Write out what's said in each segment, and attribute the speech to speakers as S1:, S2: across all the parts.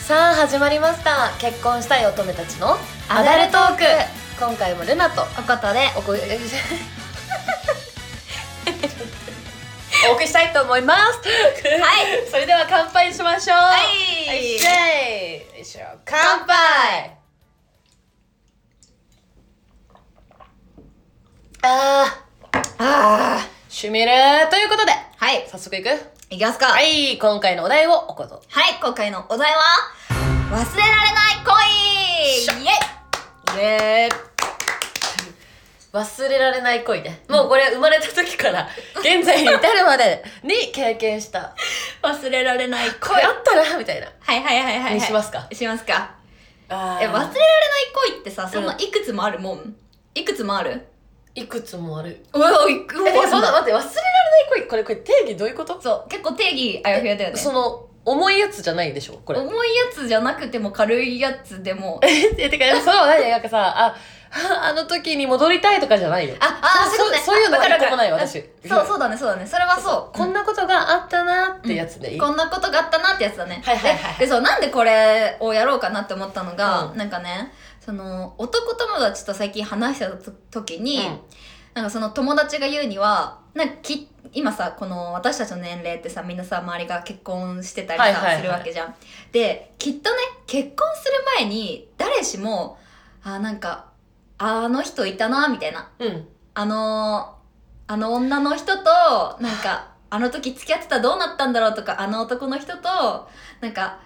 S1: さあ始まりました結婚したい乙女たちのアダルトーク今回もルナと
S2: おことで
S1: おこ お送りしたいと思います
S2: はい
S1: それでは乾杯しましょうはいいしょいよいしょ乾杯あー
S2: あ
S1: シュミルということで
S2: はい
S1: 早速いく
S2: いきますか
S1: は
S2: はい、
S1: い今回のお題をおこと
S2: 今回のお題は忘れられない恋イエイイエイ
S1: 忘れられない恋ねもうこれ生まれた時から現在に至るまでに経験した
S2: 忘れられない
S1: これあったなみたいな
S2: はいはいはいはい、はい、
S1: にしますか
S2: しますか
S1: あ
S2: え忘れられない恋ってさそん
S1: う
S2: なんいくつもあるもん、いくつもある
S1: いくつもある
S2: うわいく
S1: えそんな待って忘れられない恋これこれ定義どういうこと
S2: そう結構定義あやふやだよね
S1: その重いやつじゃないでしょこれ
S2: 重いやつじゃなくても軽いやつでも
S1: えてかそう何なんかさあ ああの時に戻りたいとかじゃないよ
S2: ああ
S1: そう
S2: ね
S1: そういうの
S2: わ
S1: は
S2: か
S1: 一
S2: るわか
S1: 個
S2: る
S1: もない私
S2: そうそうだねそうだねそれはそう
S1: こんなことがあったなってやつでいい、
S2: こんなことがあったなってやつだね。
S1: はいはいはいはい
S2: ででそう、なんでこれをやろうかなって思ったのが、
S1: うん
S2: なんかね、その、男友達と最近話したと時に、
S1: うん
S2: なんかその友達が言うには、なんかき、今さ、この私たちの年齢ってさ、みんなさ、周りが結婚してたりさ、
S1: はいはいはい
S2: するわけじゃん。で、きっとね、結婚する前に、誰しも、あ、なんか、あの人いたな、みたいな。
S1: うん
S2: あのあの女の人となんかあの時付き合ってたらどうなったんだろうとかあの男の人となんか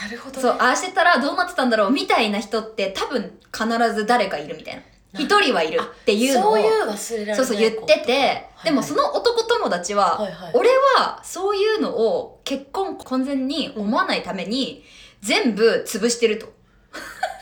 S1: なるほどね
S2: そうああしてたらどうなってたんだろうみたいな人って多分必ず誰かいるみたいな
S1: な
S2: 一人はいるっていうのを
S1: そういう忘れられない
S2: そうそう言ってて、
S1: い
S2: でもその男友達は、
S1: はいはい
S2: 俺はそういうのを結婚婚前に思わないために全部潰してると。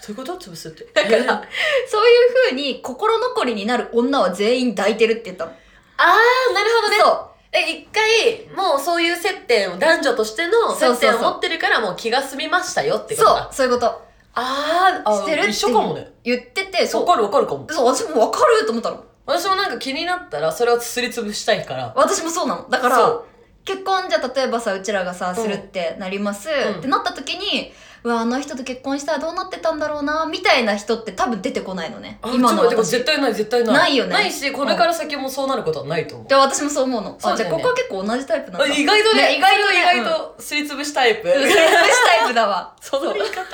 S1: そういうこと潰すって
S2: だから、そういう風に心残りになる女は全員抱いてるって言ったの。
S1: ああなるほどね
S2: そう。
S1: え一回もうそういう接点を男女としての
S2: そうそうそう
S1: 接点を持ってるからもう気が済みましたよってこと
S2: そう
S1: だ、
S2: そういうこと。
S1: あーあ
S2: してるって
S1: 一緒かもね
S2: 言ってて、
S1: わ
S2: そう。
S1: かるわかるかも
S2: そう、私もわかると思ったの。
S1: 私もなんか気になったらそれをすりつぶしたいから
S2: 私もそうなの。だか
S1: そ
S2: ら
S1: う、
S2: 結婚じゃ、例えばさ、うちらがさ、
S1: うん
S2: するってなります、
S1: うん
S2: ってなった時に、うわ、あの人と結婚したらどうなってたんだろうな、みたいな人って多分出てこないのね。
S1: あ
S2: 今の
S1: ちょっと待ってこれ
S2: 私。
S1: 絶対ない絶対ない
S2: ないよね
S1: ないしこれから先もそうなることはないと思う
S2: で私もそう思うの。
S1: そう
S2: あ
S1: だ
S2: じゃ
S1: よ
S2: あ
S1: ね
S2: ここは結構同じタイプなん
S1: あ
S2: だ。
S1: 意外とね
S2: ね意外とね
S1: 意外とすりつぶしタイプ
S2: うんタイプだわ。
S1: その言 い方
S2: 確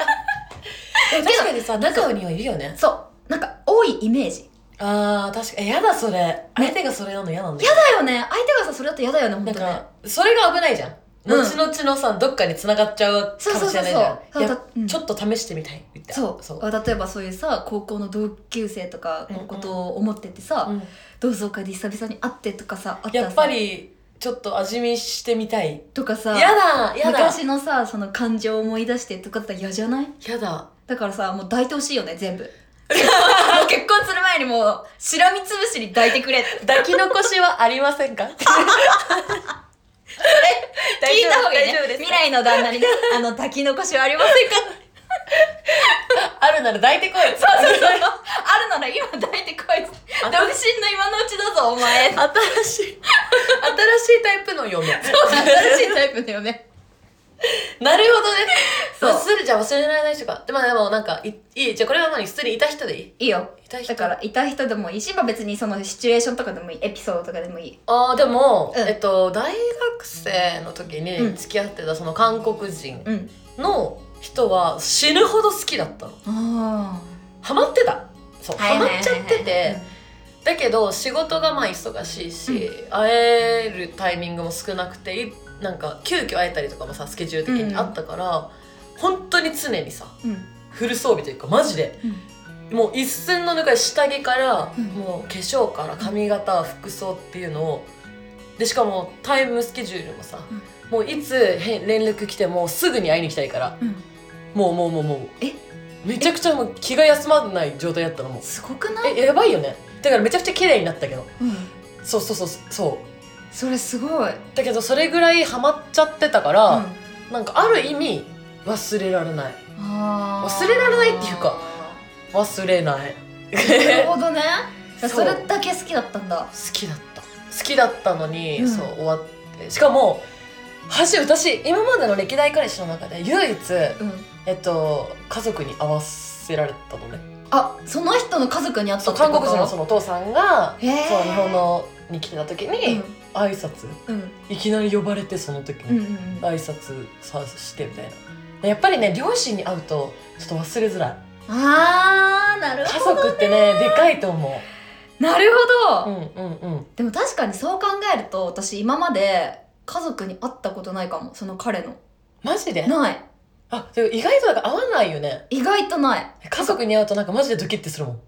S1: 確
S2: か
S1: かにさ仲にはいるよね
S2: そう。なんか、多いイメージ。
S1: あー確かにやだそれ相手がそれなの嫌なんだよ
S2: 嫌だよね。相手がさ、それだと嫌だよね、本
S1: な
S2: 当
S1: ん
S2: とね。
S1: か、それが危ないじゃん。
S2: うん
S1: 後々のさ、どっかに繋がっちゃうかもしれないじゃ
S2: そ
S1: ん。
S2: うそうそうそう
S1: いや
S2: だうん
S1: ちょっと試してみたい。みたいな
S2: そう
S1: そう。
S2: 例えばそういうさ高校の同級生とかのことを思っててさ、
S1: うん
S2: 同窓会で久々に会ってとかさあったら
S1: や
S2: さ
S1: っぱり、ちょっと味見してみたい。
S2: とかさ
S1: やだやだ
S2: 昔のさその感情を思い出してとかだったら嫌じゃない
S1: やだ。
S2: だからさもう抱いてほしいよね全 部もう結婚する前にもうしらみつぶしに抱いてくれって
S1: 抱き残しはありません か
S2: 聞いた方がい
S1: 大
S2: いね
S1: 丈夫です
S2: 未来の旦那 にねあの抱き残しはありませんか
S1: あるなら抱いてこい。
S2: そうそうそうあるなら今抱いてこいっつって独身の今のうちだぞ お前
S1: 新しい、新しいタイプの嫁。
S2: 新しいタイプだよね
S1: なるほどね。
S2: そう
S1: 忘れじゃ忘れられない人か。でもでもなんか、いいい。じゃあこれは何失礼いた人でいい
S2: いいよ
S1: いた人
S2: だからいた人でもいいし、まあ、別にそのシチュエーションとかでもいいエピソードとかでもいい
S1: あーでも、
S2: うん
S1: えっと大学生の時
S2: うん
S1: に付き合ってたその韓国人
S2: うん
S1: の人は死ぬほど好きだったの
S2: あ
S1: ハマってたそうハマっちゃってて
S2: う
S1: だけど仕事がまあ忙しいし、会えるタイミングも少なくていなんか急遽会えたりとかもさスケジュール的にあったから、本当に常にさ
S2: ん
S1: フル装備というかマジで
S2: うん
S1: もう一寸の抜かれ下着から、
S2: うん
S1: もう化粧から髪型服装っていうのをでしかもタイムスケジュールもさ、
S2: うん
S1: もういつへ連絡来てもすぐに会いに来たいから
S2: うん
S1: もうもうもうもう
S2: え
S1: めちゃくちゃもう気が休まんない状態だったのもう
S2: すごくない、
S1: えやばいよねだからめちゃくちゃ綺麗になったけど
S2: うん、
S1: そうそうそうそう
S2: それすごい、
S1: だけどそれぐらいハマっちゃってたか
S2: あ
S1: ら、なんかある意味忘れられない
S2: あー
S1: 忘れられないっていうか忘れない
S2: なるほどね
S1: そ
S2: そうれだけ好きだったんだ
S1: 好きだった好きだったのに、
S2: うん
S1: そう終わってしかも私私今までの歴代彼氏の中で唯一、
S2: うん、
S1: えっと、家族に会わせられたのね
S2: あその人の家族に会った
S1: そ
S2: っ
S1: う
S2: てこと
S1: 韓国人のそのお父さんが、
S2: へー
S1: そう日本のに来てた時に、挨拶
S2: うんうん
S1: いきなり呼ばれてその時
S2: うん
S1: に、
S2: うんうん
S1: 挨拶さしてみたいなでやっぱりね両親に会うとちょっと忘れづらい
S2: あーなる
S1: 家
S2: ほど
S1: 族ってねでかいと思
S2: なるほ
S1: うう
S2: ど、
S1: んうんうん
S2: でも確かにそう考えると私今まで家族に会ったことないかもその彼の
S1: マジで
S2: ない
S1: あでも意外となんか会わないよね
S2: 意外とない
S1: 家族に会うとなんかマジでドキッてするもん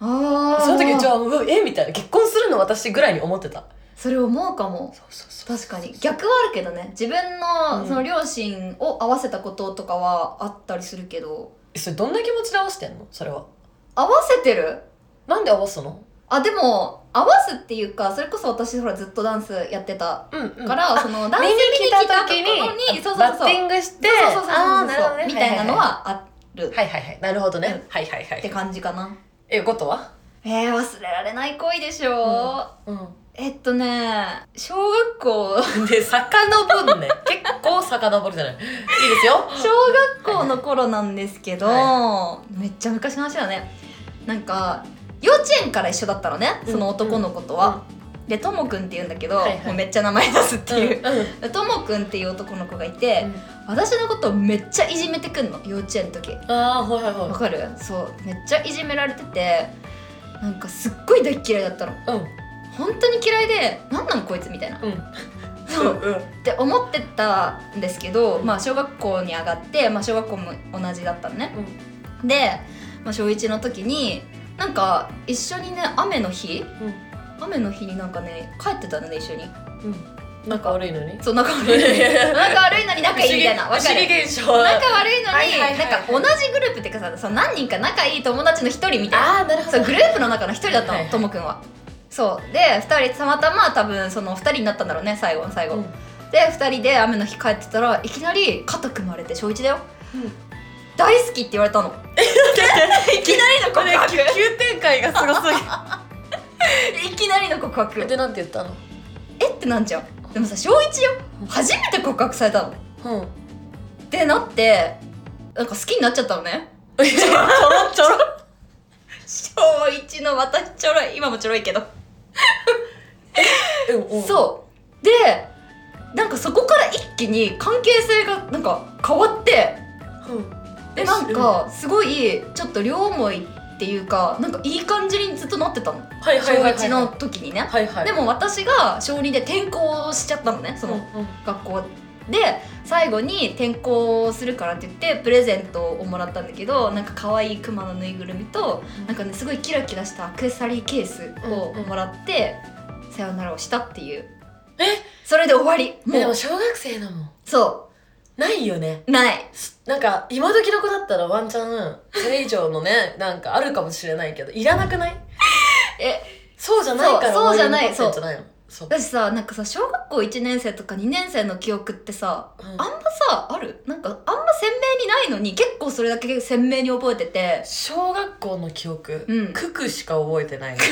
S2: ああ
S1: その時じゃあうわえみたいな結婚するの私ぐらいに思ってた
S2: それ思うかも
S1: そうそうそう
S2: 確かに逆はあるけどね自分
S1: う
S2: の
S1: ん
S2: その両親を合わせたこととかはあったりするけど
S1: えそれどんな気持ちで合わせてんのそれは
S2: 合わせてる
S1: なんで合わすの
S2: あでも合わすっていうかそれこそ私ほらずっとダンスやってた
S1: うん、うん
S2: から、そのダンス見に来た時にそうそう
S1: バ
S2: そ
S1: ッ
S2: う
S1: ティングして
S2: そうそうそう
S1: あ
S2: そ
S1: ー
S2: う
S1: なるほどね
S2: みたいなのはある
S1: はいはいはいなるほどね、
S2: うん
S1: はいはいは
S2: って
S1: い
S2: 感じかな
S1: えことは
S2: えー、忘れられない恋でしょ、
S1: う
S2: えっとね小学 校
S1: んで遡るね結構遡るじゃないいいですよ
S2: 小学校の頃なんですけど、めっちゃ昔の話だねなんか幼稚園から一緒だったのね
S1: うん
S2: その男の子とは、でともくんっていうんだけど、
S1: はいはい
S2: もうめっちゃ名前出すっていう、
S1: うんうん
S2: でともくんっていう男の子がいて、私のことをめっちゃいじめてくんの幼稚園の時
S1: ああはいはい
S2: わ
S1: は
S2: かるそうめっちゃいじめられててなんかすっごい大っ嫌いだったの
S1: い
S2: 本当に嫌いで何なんこいつみたい
S1: う
S2: な
S1: んうん
S2: そう
S1: うんうん
S2: って思ってたんですけど、まあ、小学校に上がって、まあ、小学校も同じだったのねで、まあ、小1の時になんか一緒にね雨の日雨の日になんかね帰ってたのね一緒に
S1: うんなんか 悪いのに
S2: そう仲悪い仲悪いのに仲いいみたいなわ
S1: 不
S2: か
S1: 思議不
S2: る
S1: 思議現象
S2: 仲悪いのに、
S1: はいはいはいはい
S2: なんか同じグループっていうかさその何人か仲いい友達の一人みたいな
S1: ああなるほ
S2: そ
S1: ど
S2: うグループの中の一人だった
S1: はいは
S2: の
S1: い
S2: ともくんはそうで2人たまたま多分その2人になったんだろうね最後の最後、
S1: うん
S2: で2人で雨の日帰ってたらいきなり肩組まれて小1だよ、
S1: うん
S2: 大好きって言われたの いきなりの告白
S1: 急展開がすごすぎ
S2: いきなりの告白
S1: るでなんて言ったの
S2: えってなんじゃんでもさ小1よ初めて告白されたの
S1: うん
S2: ってなってなんか好きになっちゃったのね
S1: ちょろちょろ
S2: 小1の私ちょろい今もちょろいけど
S1: うんうん
S2: そうでなんかそこから一気に関係性がなんか変わって
S1: うん
S2: でなんかすごいちょっと両思いっていうかなんかいい感じにずっとなってたの
S1: はいは
S2: 小
S1: いはいはい
S2: 1の時にね
S1: はいはい
S2: でも私が小2で転校しちゃったのねその
S1: うんうん
S2: 学校で最後に転校するからって言ってプレゼントをもらったんだけどなんか可愛いクマのぬいぐるみとなんかねすごいキラキラしたアクセサリーケースをもらって、さよならをしたっていう
S1: え
S2: それで終わり
S1: えで
S2: も
S1: も
S2: う
S1: 小学生だもん
S2: そ
S1: ないよね
S2: うない
S1: すなんか今時の子だったらワンチャンそれ以上のね なんかあるかもしれないけどいらなくない
S2: え
S1: そうじゃないから
S2: そうそうじゃない
S1: 終わりになってんじゃないのそう
S2: だしさなんかさ小学校1年生とか2年生の記憶ってさ
S1: うん
S2: あんまさあるなんかあんま鮮明にないのに結構それだけ鮮明に覚えてて
S1: 小学校の記憶、
S2: うん
S1: ククしか覚えてない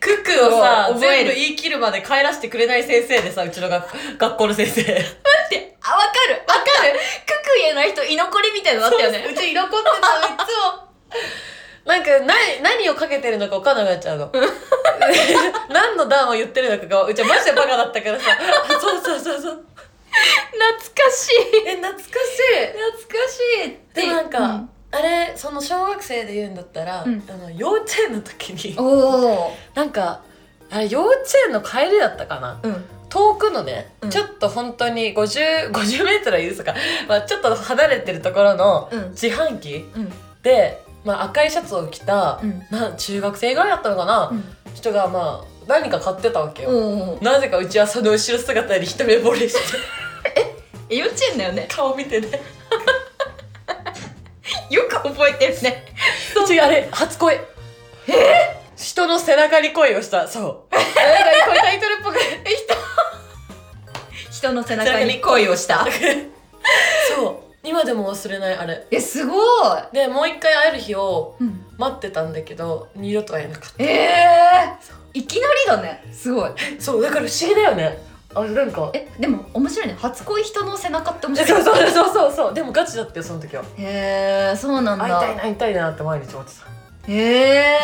S1: ククをさ
S2: もう覚え
S1: 全
S2: る
S1: 部言い切るまで帰らせてくれない先生でさうちの学学校の先生
S2: ってあわかるわかるクク言えない人居残りみたいなのあったよね
S1: うち居残ってたいつも なんか何何をかけてるのか分かんなくなっちゃうの 何の段を言ってるのかがうちはマジでバカだったからさあ そうそうそうそう
S2: 懐かしい
S1: え懐かしい
S2: 懐かしいって
S1: でもなんか、
S2: うん
S1: あれその小学生で言うんだったら、
S2: うん
S1: あの幼稚園の時に
S2: おお
S1: なんかあれ幼稚園の帰りだったかな
S2: うん
S1: 遠くのね、
S2: うん
S1: ちょっと本当に50 50メートルは許すか、 まあ、ちょっと離れてるところの
S2: うん
S1: 自販機
S2: うん
S1: で、まあ、赤いシャツを着た、
S2: うん
S1: な中学生ぐらいだったのかな、人がまあ何か買ってたわけ
S2: う
S1: よ、
S2: んおー
S1: なぜかうちはその後ろ姿に一目惚れして
S2: え幼稚園だよね
S1: 顔見てね
S2: よく覚えてるね
S1: 違うあれ初恋え人の背中に恋をしたそう背中に恋タイトル っぽく
S2: 人の背中に恋 をした
S1: そう今でも忘れないあれ
S2: えすごい、
S1: でもう一回会える日を
S2: うん、
S1: 待ってたんだけど二度と会えなかっ
S2: ええー、いきなりだねすごい
S1: たそうだから不思議だよねあれなんか
S2: えでも面白いね初恋人の背中って面
S1: そう
S2: 白
S1: そ
S2: いう
S1: そうそうそうでもガチだってその時は
S2: へえそうなん
S1: 会いたい
S2: だ
S1: な会いたいなって毎日思ってた
S2: へえ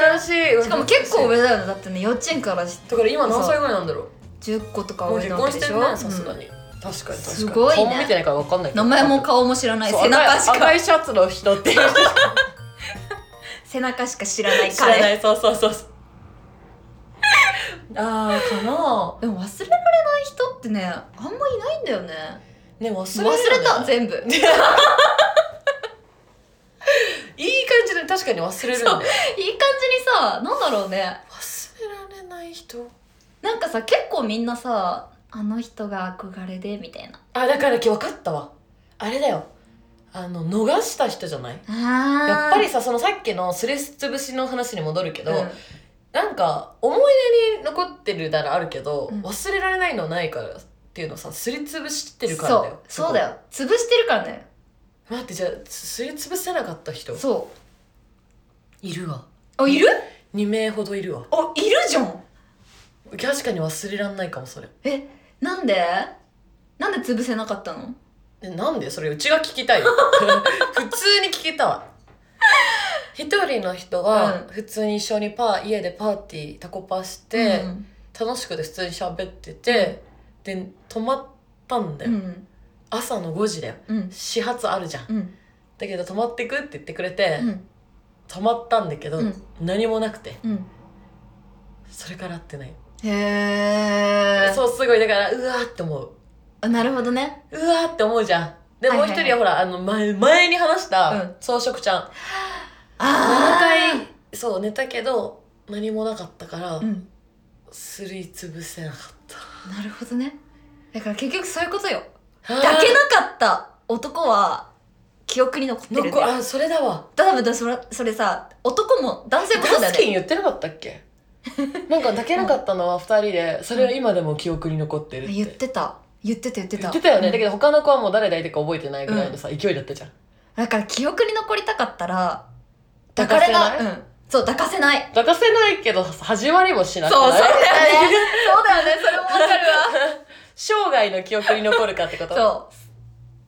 S1: 懐かしい
S2: しかも結構
S1: だ
S2: 上だよねだってね幼稚園からし
S1: から今何歳ぐらいなんだろ
S2: 10個と
S1: う
S2: か
S1: もう結
S2: 上なわ
S1: 婚し
S2: けで
S1: て
S2: し
S1: る
S2: ょ
S1: ねさすが
S2: うん
S1: に確かに確かに
S2: すごいね
S1: 顔も見てないから分かんないけど
S2: 名前も顔も知らない
S1: そう
S2: 背中し
S1: 赤い赤
S2: か
S1: いシャツの人っていう人し
S2: 背中しか知らない
S1: か知らな
S2: 彼
S1: いそうそうそうそうああかな
S2: でも忘れられない人ってねあんまいないんだよね
S1: ね忘
S2: 忘
S1: れるよね
S2: れた 全部
S1: いい感じで確かに忘れるんだよ
S2: いい感じにさなんだろうね
S1: 忘れられない人
S2: なんかさ結構みんなさあの人が憧れでみたいな
S1: あだから今日分かったわあれだよあの逃した人じゃない
S2: あー
S1: やっぱりさそのさっきのすれつぶしの話に戻るけど、
S2: うん
S1: なんか思い出に残ってるならあるけど、
S2: うん
S1: 忘れられないのはないからっていうのさすりつぶしてるからだよ
S2: そうそうだよ潰してるからね
S1: そこ待ってじゃあすりつぶせなかった人
S2: そ
S1: いるわ
S2: うあいる
S1: 2名ほどいるわ
S2: あいるじゃん
S1: 確かに忘れらんないかもそれ
S2: えなんでなんで潰せなかったの
S1: えなんでそれうちが聞き たいよ普通に聞きたわ一人の人は
S2: う
S1: 普通に一緒にパー家でパーティータコパして、
S2: うん
S1: 楽しくて普通に喋っててで泊まったんだ
S2: う
S1: よ、
S2: ん
S1: 朝の5時だよ
S2: うん
S1: 始発あるじゃん
S2: うん
S1: だけど泊まってくって言ってくれて、
S2: うん
S1: 泊まったんだけど、
S2: うん
S1: 何もなくて
S2: うん
S1: それから会ってない、
S2: へえ
S1: そうすごいだからうわーって思う
S2: なるほどね
S1: うわーって思うじゃんで
S2: はい
S1: もう
S2: はい
S1: 一
S2: はい
S1: 人はほら、あの前前に話した
S2: うん
S1: 装飾ちゃん、
S2: あ
S1: 7回そう寝たけど何もなかったから、
S2: あうん
S1: すりつぶせなか っ
S2: なるほどねだから結局そういうことよ
S1: た
S2: 抱けなかった男は記憶に残ってるんだ
S1: 残
S2: よ
S1: あそれだわ
S2: 多分だそれそれさ男も男性もそうだ
S1: ダ
S2: よ
S1: スキン
S2: ね
S1: 言ってなかったっ けなんか抱けなかったのは2人でそれは今でも記憶に残ってるって
S2: 言ってた言ってた言ってた
S1: 言ってたよね、
S2: うん
S1: だけど他の子はもう誰抱いてるか覚えてないぐらいのさ、勢いだったじゃん
S2: だから記憶に残りたかったら
S1: 抱かせない
S2: 抱かれがうんそう抱かせない
S1: 抱かせないけど始まりもしなくない
S2: そうそうだよねそうだよねそれもわか る
S1: 生涯の記憶に残るかってこと
S2: わそう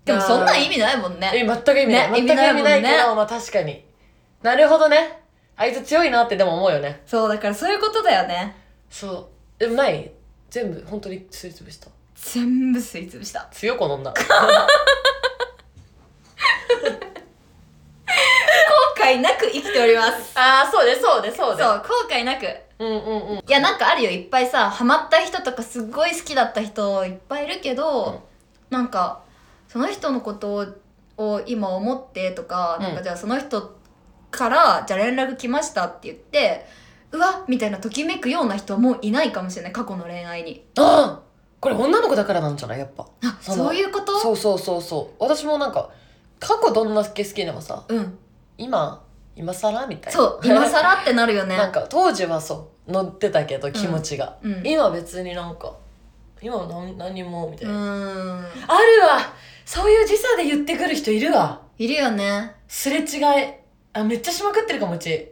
S2: でもそんなん意味ないもんね
S1: え全く意味ない、
S2: ね
S1: 全く意味ない
S2: 意味
S1: け
S2: ないもん
S1: ど、まあ確かになるほどねあいつ強いなってでも思うよね
S2: そうだからそういうことだよね
S1: そうでもない全部本当にすりつぶした
S2: 全部吸い潰した
S1: 強いこの女
S2: 後悔なく生きております
S1: ああそうですそうですそ
S2: そう
S1: です
S2: 後悔なくい
S1: うんうんうん
S2: やなんかあるよいっぱいさハマった人とかすっごい好きだった人いっぱいいるけど、
S1: うん
S2: なんかその人のことを今思ってとか、なん
S1: う
S2: か
S1: ん
S2: じゃあその人からじゃあ連絡来ましたって言ってうわみたいなときめくような人はもういないかもしれない過去の恋愛に
S1: ああこれ女の子だからなんじゃないやっぱ
S2: あ
S1: そ
S2: そうう
S1: だ
S2: いうこと
S1: そうそうそうそう私もなんか過去どんなけ好きでもさ
S2: うん
S1: 今今更みたいな
S2: そう今更ってなるよ ね
S1: なんか当時はそう乗ってたけど気持ちが、
S2: うんう
S1: 今別になんか今は何何もみたいな、
S2: ーん
S1: あるわそういう時差で言ってくる人いるわ
S2: いるよね
S1: すれ違いあめっちゃしまくってるかもうち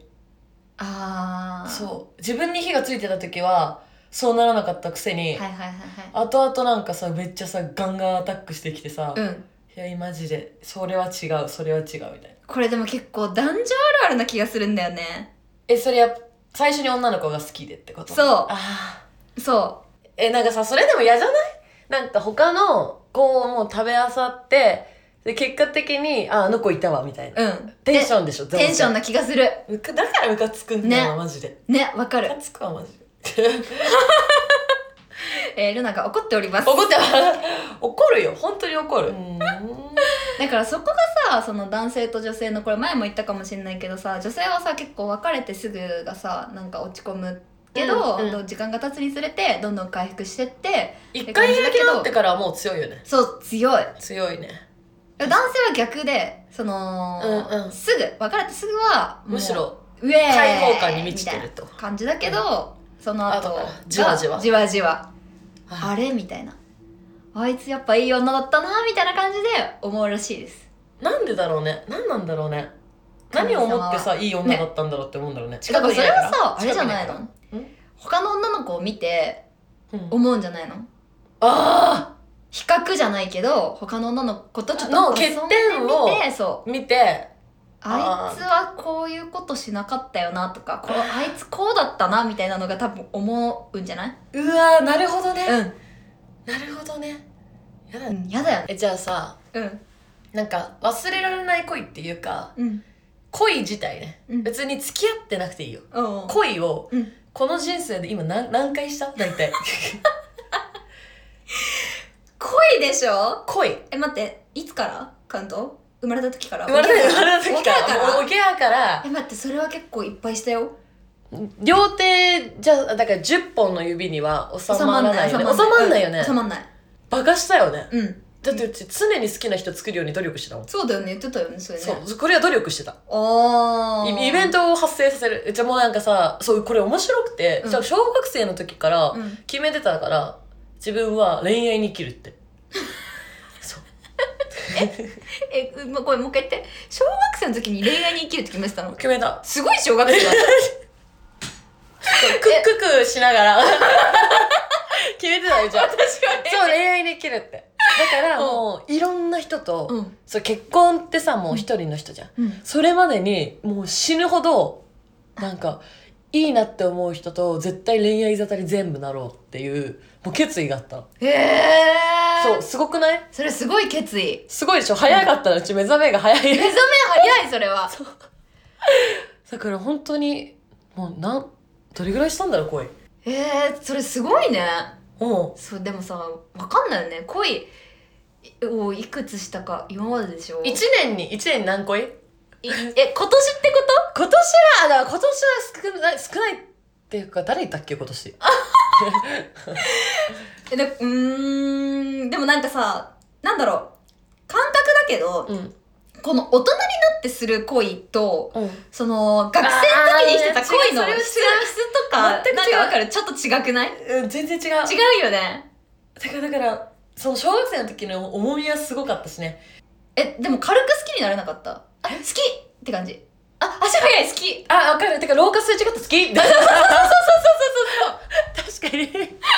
S2: ああ
S1: そう自分に火がついてた時はそうならなかったくせに、
S2: はいはいはいは
S1: 後々なんかさめっちゃさガンガンアタックしてきてさ、
S2: い
S1: い
S2: うん
S1: やマジでそれは違うそれは違うみたいな
S2: これでも結構男女あるあるな気がするんだよね
S1: えそれやっぱ最初に女の子が好きでってこと
S2: そう
S1: ああ
S2: そ
S1: えなんかさそれでも嫌じゃないなんか他の子をもう食べあさってで結果的にああの子いたわみたいな
S2: ううん
S1: テンションでしょ
S2: でテンションな気がする
S1: むかだからムカつくんだよ、
S2: ね
S1: マジで
S2: ねわか
S1: ム
S2: る
S1: カつくわマジで
S2: えー、ルナが怒っております
S1: 怒っては怒るよ本当に怒る
S2: だからそこがさその男性と女性のこれ前も言ったかもしれないけどさ女性はさ結構別れてすぐがさなんか落ち込むけど、
S1: うんうん
S2: どう時間が経つにつれてどんどん回復してって
S1: 一回開き直ってからはもう強いよね
S2: そう強い
S1: 強いね
S2: 男性は逆でその、
S1: うんうん
S2: すぐ別れてすぐはもう
S1: むしろ
S2: ウェーイ
S1: 開放感に満ちて
S2: みた
S1: る
S2: い
S1: と
S2: な感じだけど、その後
S1: 後から
S2: が
S1: じわじわ
S2: じわじわ
S1: あ
S2: あれみたいなあいつやっぱいい女だったなみたいな感じで思うらしいです
S1: なんでだろうね何なんだろうね何を思ってさいい女だったんだろうって思うんだろうね
S2: だからそれはさあれじゃ
S1: 近くに
S2: ない
S1: い
S2: の
S1: からん
S2: 他の女の子を見て
S1: うん
S2: 思うんじゃないの
S1: あ
S2: 比較じゃないけど他の女の子とちょっと
S1: の欠点を
S2: 遊んでみてそう
S1: あ見て
S2: あいつはこういうことしなかったよなとかこうあいつこうだったなみたいなのが多分思うんじゃないう
S1: わーなるほどね、
S2: うん、
S1: なるほどねやだ、
S2: うん、やだよね
S1: えじゃあさ
S2: うん
S1: なんか忘れられない恋っていうか
S2: うん
S1: 恋自体ね
S2: うん
S1: 別に付き合ってなくていいよ
S2: うん
S1: 恋を
S2: うん
S1: この人生で今何何回した大 体
S2: 恋でしょ
S1: 恋
S2: え待っていつから関東生まれた時から
S1: 生まれた生まれた時か
S2: おぎゃ
S1: らもうおぎゃーから
S2: え待ってそれは結構いっぱいしたよ
S1: 両手じゃだから10本の指には収まらないよね収まんないよね
S2: 収まんない
S1: バカしたよね
S2: うん
S1: だってうち常に好きな人作るように努力してたもん
S2: そうだよね言ってたよねそれね
S1: そうこれは努力してた
S2: あー
S1: イイベントを発生させるうちもなんかさそうこれ面白くて、
S2: うん
S1: じゃあ小学生の時から
S2: うん
S1: 決めてたから自分は恋愛に生きる ってそう
S2: え、うま、これもう一回言って小学生の時に恋愛に生きるって決めてたの
S1: 決めた
S2: すごい小学生だっ
S1: そうクッククしながら 決めてたよじゃ あ
S2: た私はね
S1: そう恋愛に生きるってだから
S2: うん
S1: もういろんな人と、
S2: うん
S1: そう結婚ってさもう一人の人じゃん
S2: うん
S1: それまでにもう死ぬほどなんかいいなって思う人と絶対恋愛沙汰に全部なろうっていうもう決意があったの
S2: へえ
S1: そうすごくない
S2: それすごい決意
S1: すごいでしょ早かったのうち目覚めが早
S2: 目
S1: い
S2: 覚め早いそれは
S1: だから本当にもうなんどれぐらいしたんだろう恋
S2: えー、それすごいね
S1: うん
S2: そうでもさわかんないよね恋をいくつしたか今まででしょ
S1: 1年に1年に何恋今
S2: いえ今年 ってこと
S1: 年はだから今年は少ない少ないっていうか誰いたっけ今年
S2: えでうーんでもなんかさなんだろう感覚だけど
S1: うん
S2: この大人になってする恋と
S1: うん
S2: その学生の時にしてた恋の
S1: あーいや違う
S2: 質
S1: それは違う
S2: 質とか
S1: 全く
S2: な
S1: 違
S2: ん
S1: う
S2: かわかるちょっと違くない違
S1: うん全然違う
S2: うよね
S1: だからだからその小学生の時の重みはすごかったしね
S2: えでも軽く好きになれなかったあ好きって感じあ足早い好き
S1: あ分かるてか老化すれ違った好きそうそうそうそうそう確かに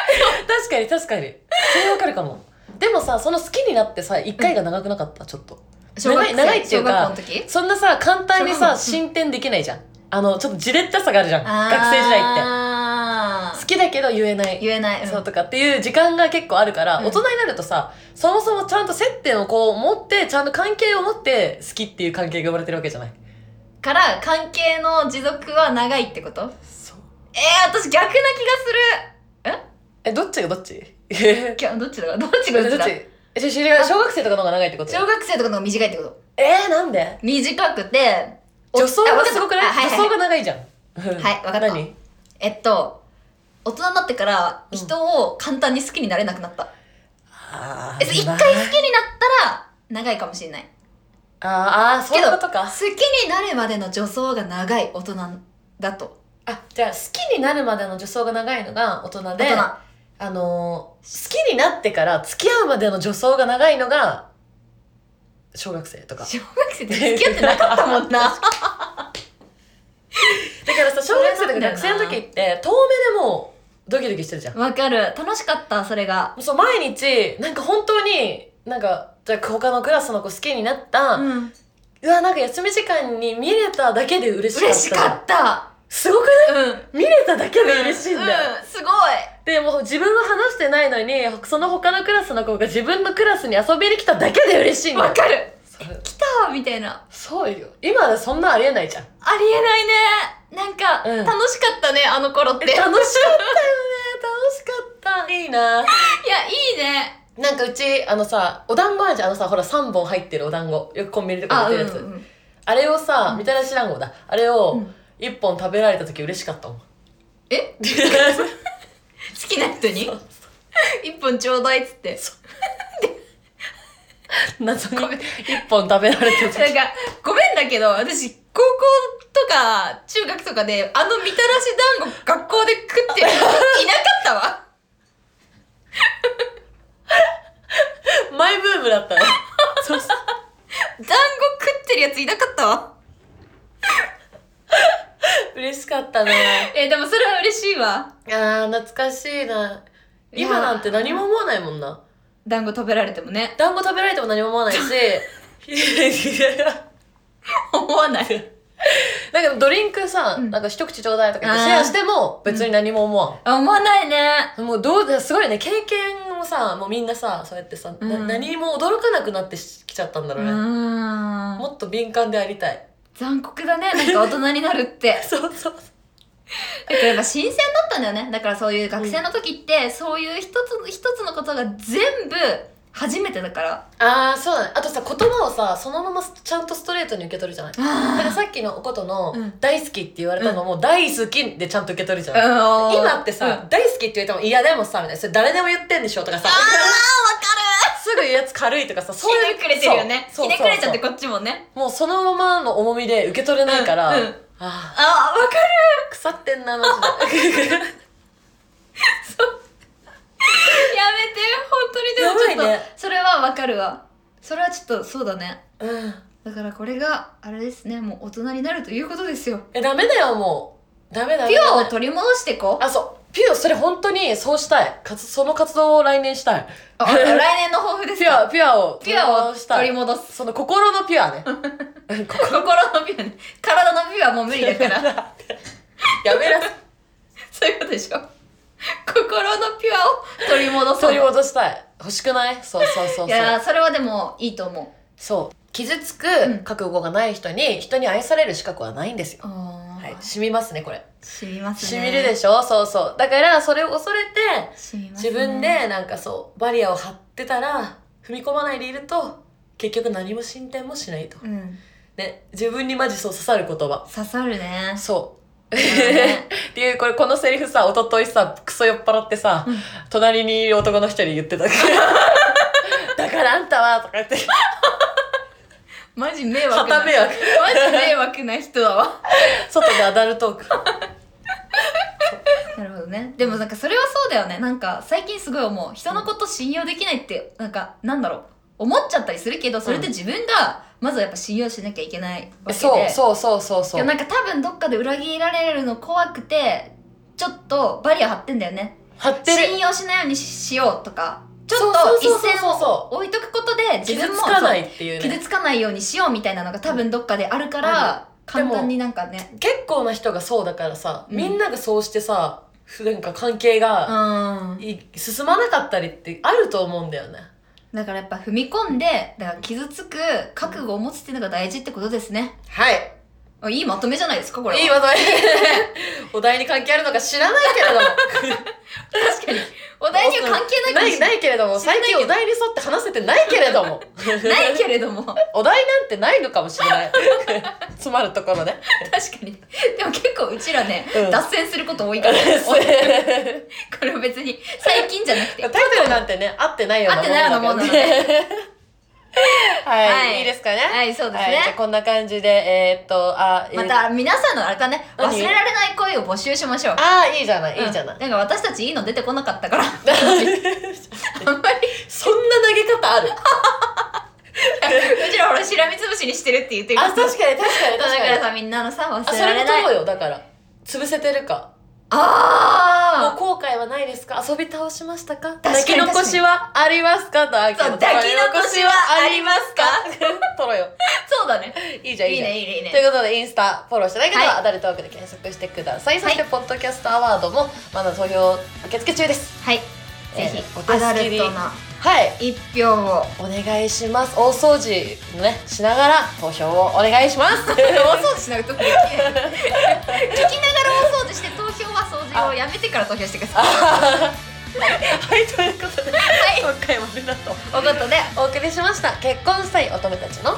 S1: 確かに確かにそれ分かるかもでもさその好きになってさ1回が長くなかったちょっと
S2: 小学生
S1: 長い長いっていうか
S2: 小学校の時
S1: そんなさ簡単にさ
S2: そうな
S1: 進展できないじゃんあのちょっとじれったさがあるじゃん学生時代って好き
S2: 代
S1: だけど言えない
S2: 言えない、
S1: そうとかっていう時間が結構あるから、
S2: うん
S1: 大人になるとさそもそもちゃんと接点をこう持ってちゃんと関係を持って好きっていう関係が生まれてるわけじゃない
S2: から関係の持続は長いってこと
S1: そう
S2: えー、私逆な気が
S1: えどっ ちがどっち
S2: するきゃどっちだどっちがど
S1: ど
S2: っち
S1: っ
S2: だ
S1: ちえしし小学生とかの方が長いってこと
S2: 小学生とかの方が短いってこと
S1: えー、なんで
S2: 短くてお
S1: 女装
S2: あ
S1: が
S2: わかった
S1: すごくない、
S2: あはいはい
S1: 女装が長いじゃんは
S2: はいわかった
S1: 何
S2: えっと大人になってから
S1: うん
S2: 人を簡単に好きになれなくなった、
S1: あ
S2: え一回好きになったら長いかもしれない
S1: あーあーそういうこと
S2: 好
S1: か
S2: きになるまでの助走が長い大人だと
S1: あじゃあ好きになるまでの女装が長いのが大人で
S2: 大人
S1: あのー好きになってから付き合うまでの女装が長いのが小学生とか
S2: 小学生って付き合ってなかったもん な
S1: だからさ小学生と
S2: そ
S1: か
S2: うなんだよ
S1: 学
S2: な
S1: 生の時って遠目でもうドキドキしてるじゃん
S2: わかる楽しかったそれが
S1: そう毎日なんか本当になんかじゃあ他のクラスの子好きになった、う
S2: うん
S1: わなんか休み時間に見れただけで嬉しかった
S2: 嬉しかった
S1: すごくない
S2: うん
S1: 見れただけで嬉しいんだよ、
S2: うん、すごい
S1: でもう自分は話してないのにその他のクラスの子が自分のクラスに遊びに来ただけで嬉しいんだ
S2: わ
S1: よ
S2: かる
S1: それ
S2: 来たわみたいな
S1: そうよ今はそんなありえないじゃん
S2: ありえないねなんか、
S1: うん
S2: 楽しかったねあの頃ってい
S1: 楽し
S2: や
S1: かったよね楽しかったいいない
S2: いね
S1: なんかうちあのさお団子あるじゃんあのさほら3本入ってるお団子よくコンビニとか
S2: あ
S1: 売っ
S2: う
S1: て
S2: ん
S1: るや
S2: う
S1: つ、
S2: ん
S1: あれをさ、
S2: うん
S1: みたらし団子だ。あれ
S2: う
S1: を
S2: ん
S1: 一本食べられた時嬉しかったも ん。
S2: え好きな人に
S1: そう
S2: 一本ちょうだいっつって
S1: 謎に
S2: ごめん
S1: 一本食べられた
S2: なん
S1: 時。
S2: かごめんだけど私高校とか中学とかであのみたらし団子学校で食 ってる人いなかったわ
S1: マイブームだったね。 そうそう
S2: 団子食ってるやついなかった わ
S1: 嬉しかったね。
S2: えーでもそれは嬉しいわ
S1: あー、懐かしいな。今なんて何も思わないもんな
S2: 団子食べられてもね
S1: 団子食べられても何も思わないし
S2: 思わない
S1: だけどドリンクさ、
S2: うん
S1: なんか一口ちょうだいとか言ってシェアしても別に何も思わん、
S2: あ思わないね
S1: もうどうすごいね経験もさもうみんなさそうやってさ、な
S2: うん
S1: 何も驚かなくなってしきちゃったんだ
S2: う
S1: ろうね、
S2: ーん
S1: もっと敏感でありた い
S2: 残酷だねなんか大人になるって
S1: そうそう
S2: だからやっぱ新鮮だったんだよねだからそういう学生の時って、そういう一つ一つのことが全部初めてだから
S1: ああそうだねあとさ言葉をさそのままちゃんとストレートに受け取るじゃないだから
S2: あ
S1: さっきのおことの
S2: うん
S1: 「大好き」って言われたのも「大好き」でちゃんと受け取るじゃない、
S2: あ
S1: 今ってさ、大好きって言われても「いやでもさ」みたいな「それ誰でも言ってんでしょ」とかさ すぐ言うやつ軽いとかさ
S2: ひねくれてるよね
S1: そ
S2: ひ
S1: うそ
S2: ね
S1: う
S2: く
S1: そう
S2: れちゃってこっちもね
S1: もうそのままの重みで受け取れないから、
S2: うんうん
S1: あ
S2: あわかる
S1: あ腐ってんなマジで
S2: やめて本当にでもちょっと、
S1: やばいね
S2: それはわかるわそれはちょっとそうだね
S1: うん
S2: だからこれがあれですねもう大人になるということですよ
S1: えダメだよもうダメだ
S2: ピュアを取り戻してこう
S1: あそうピュアそれ本当にそうしたいかつその活動を来年したい
S2: あ来年の抱負です
S1: ピュ
S2: よ
S1: アピュアを
S2: ピュアを
S1: した
S2: 取り
S1: い
S2: 戻す
S1: その心のピュアねうん心
S2: 心のピュアね体のピュアはもう無 理だから
S1: やめなさい
S2: そういうことでしょ心のピュアを取り戻そう
S1: 取り戻したい欲しくないそうそうそうそう
S2: いやーそれはでもいいと思う
S1: そう傷つく
S2: ん
S1: 覚悟がない人に人に愛される資格はないんですよ、
S2: は
S1: はい、染みますねこれ
S2: 染みます
S1: 染
S2: ね
S1: みるでしょそうそうだからそれを恐れて
S2: 染みます
S1: 自
S2: ね
S1: 分でなんかそうバリアを張ってたら踏み込まないでいると結局何も進展もしないと、
S2: うん
S1: ね自分にマジそう刺さる言葉
S2: 刺さるね
S1: そう、
S2: ね
S1: っていうこれこのセリフさ一昨日さクソ酔っ払ってさ、
S2: うん
S1: 隣にいる男の人に言ってた だからあんたはとか言って
S2: マジ迷惑
S1: 旗迷惑
S2: マジ迷惑な人だ わ
S1: 外でアダルトーク
S2: なるほどねでもなんかそれはそうだよねなんか最近すごい思う人のこと信用できないってなんかなんだろう思っちゃったりするけどそれって自分がまずはやっぱ信用しなきゃいけないわけ で
S1: そうそうそうそうそ
S2: で
S1: う
S2: もなんか多分どっかで裏切られるの怖くてちょっとバリア張ってんだよね
S1: 張ってる
S2: 信用しないようにししようとかちょっ
S1: そう
S2: と
S1: そう
S2: 一
S1: そうそう
S2: 線を置いとくことで自
S1: 傷
S2: 分
S1: つ
S2: も
S1: かないってい
S2: そうう
S1: ね
S2: 傷つかないようにしようみたいなのが多分どっかであるから
S1: るで
S2: 簡
S1: も
S2: 単になんかね
S1: 結構な人がそうだからさ、
S2: うん
S1: みんながそうしてさふなんか関係が
S2: うん
S1: い進まなかったりってあると思うんだよね
S2: だからやっぱ踏み込んでだから傷つく覚悟を持つっていうのが大事ってことですね
S1: はい
S2: あいいまとめじゃないですかこれはい
S1: い話題 お題に関係あるのか知らないけれども
S2: 確かに お題には関係な
S1: ないい
S2: かもしれない
S1: ないけれども
S2: 知らない
S1: 最
S2: けど
S1: 近お題に沿って話せてないけれども
S2: ないけれども確か
S1: お題なんてないのかもしれない 詰まるところね
S2: にでも結構うちらね、
S1: うん
S2: 脱線すること多いか らこ
S1: タ
S2: れは別に最近じゃ なくて
S1: イトルなんてね合ってないようなもの
S2: 合って
S1: だ
S2: ない
S1: か
S2: ような
S1: らね はい、
S2: はい
S1: い、いですかね
S2: はいそうですね、
S1: はい、じゃあこんな感じでえーっとあ、えー
S2: また皆さんのあれかね忘
S1: 何
S2: れられない恋を募集しましょう
S1: あーいいじゃないいいじゃ ない、
S2: うんなんか私たちいいの出てこなかっ たからあんまり
S1: そんな投げ方ある
S2: うちらほらしらみつぶしにしてるって言って る
S1: あ確かに確かに
S2: だ
S1: 確
S2: か
S1: からに
S2: さみんなのさ
S1: あ
S2: 忘れ
S1: そ
S2: ら
S1: れ
S2: れ
S1: も取
S2: な
S1: ろ
S2: い
S1: うよだから潰せてるかもう
S2: あ
S1: 後悔はないですか遊び倒しましたか
S2: かに
S1: 抱き残しはありますかとアーキーの
S2: そう抱き残しはありますか
S1: 取ろうよ
S2: あそうだね
S1: いいじゃんい
S2: い
S1: いじゃん
S2: いねいいねいい
S1: とい
S2: ね
S1: うことでインスタフォローしてない方
S2: は
S1: は「アダルトワーク」で検索してください、そしてポッドキャストアワードもまだ投票受付中です
S2: はいぜ
S1: えー
S2: ひ
S1: お手
S2: アダ
S1: すき
S2: ル
S1: に
S2: トな
S1: はい
S2: 一票を
S1: お願いします大掃除のねしながら投票をお願いします
S2: 大掃除しながら特にできない聞きながら大掃除して投票は掃除をやめてから投票してください
S1: はいということで、
S2: はい
S1: 今回もありがとう
S2: おことで
S1: お送りしました結婚したい乙女たちの